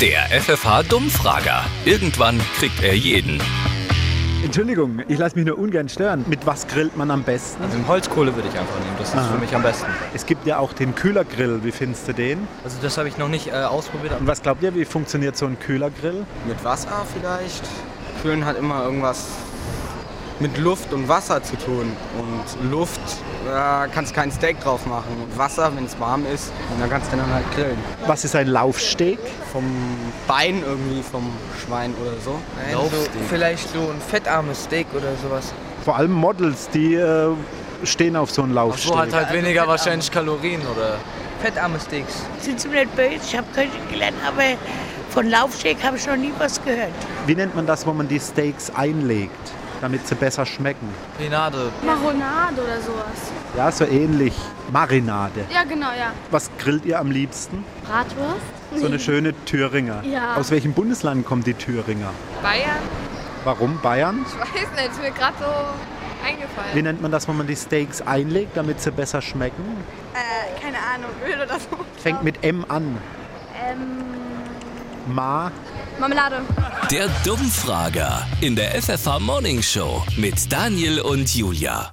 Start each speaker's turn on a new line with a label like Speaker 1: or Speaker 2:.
Speaker 1: Der FFH-Dummfrager. Irgendwann kriegt er jeden.
Speaker 2: Entschuldigung, ich lasse mich nur ungern stören. Mit was grillt man am besten?
Speaker 3: Also Holzkohle würde ich einfach nehmen, das ist
Speaker 2: Aha.
Speaker 3: für mich am besten.
Speaker 2: Es gibt ja auch den Kühlergrill. Wie findest du den?
Speaker 3: Also das habe ich noch nicht äh, ausprobiert.
Speaker 2: Und was glaubt ihr, wie funktioniert so ein Kühlergrill?
Speaker 4: Mit Wasser vielleicht? Kühlen hat immer irgendwas mit Luft und Wasser zu tun. Und Luft äh, kannst kein Steak drauf machen. Und Wasser, wenn es warm ist, dann kannst du dann halt grillen.
Speaker 2: Was ist ein Laufsteg?
Speaker 4: Vom Bein irgendwie, vom Schwein oder so.
Speaker 5: Nein, so, vielleicht so ein fettarmes Steak oder sowas.
Speaker 2: Vor allem Models, die äh, stehen auf so einem Laufsteg.
Speaker 6: So hat halt
Speaker 5: Also
Speaker 6: weniger
Speaker 5: keine
Speaker 6: wahrscheinlich Kalorien oder.
Speaker 5: Fettarme Steaks.
Speaker 7: sind sie mir nicht böse. Ich habe keinen gelernt, aber von Laufsteg habe ich noch nie was gehört.
Speaker 2: Wie nennt man das, wo man die Steaks einlegt, damit sie besser schmecken?
Speaker 6: Pinade.
Speaker 8: Maronade oder sowas.
Speaker 2: Ja, so ähnlich. Marinade.
Speaker 8: Ja, genau, ja.
Speaker 2: Was grillt ihr am liebsten?
Speaker 8: Bratwurst?
Speaker 2: So eine schöne Thüringer.
Speaker 8: Ja.
Speaker 2: Aus welchem Bundesland kommen die Thüringer?
Speaker 8: Bayern?
Speaker 2: Warum Bayern?
Speaker 8: Ich weiß nicht, ist mir gerade so eingefallen.
Speaker 2: Wie nennt man das, wo man die Steaks einlegt, damit sie besser schmecken?
Speaker 8: Äh, keine Ahnung, Öl oder so.
Speaker 2: Fängt mit M an.
Speaker 8: Ähm,
Speaker 2: Ma.
Speaker 8: Marmelade.
Speaker 1: Der Dummfrager in der FFH Morning Show mit Daniel und Julia.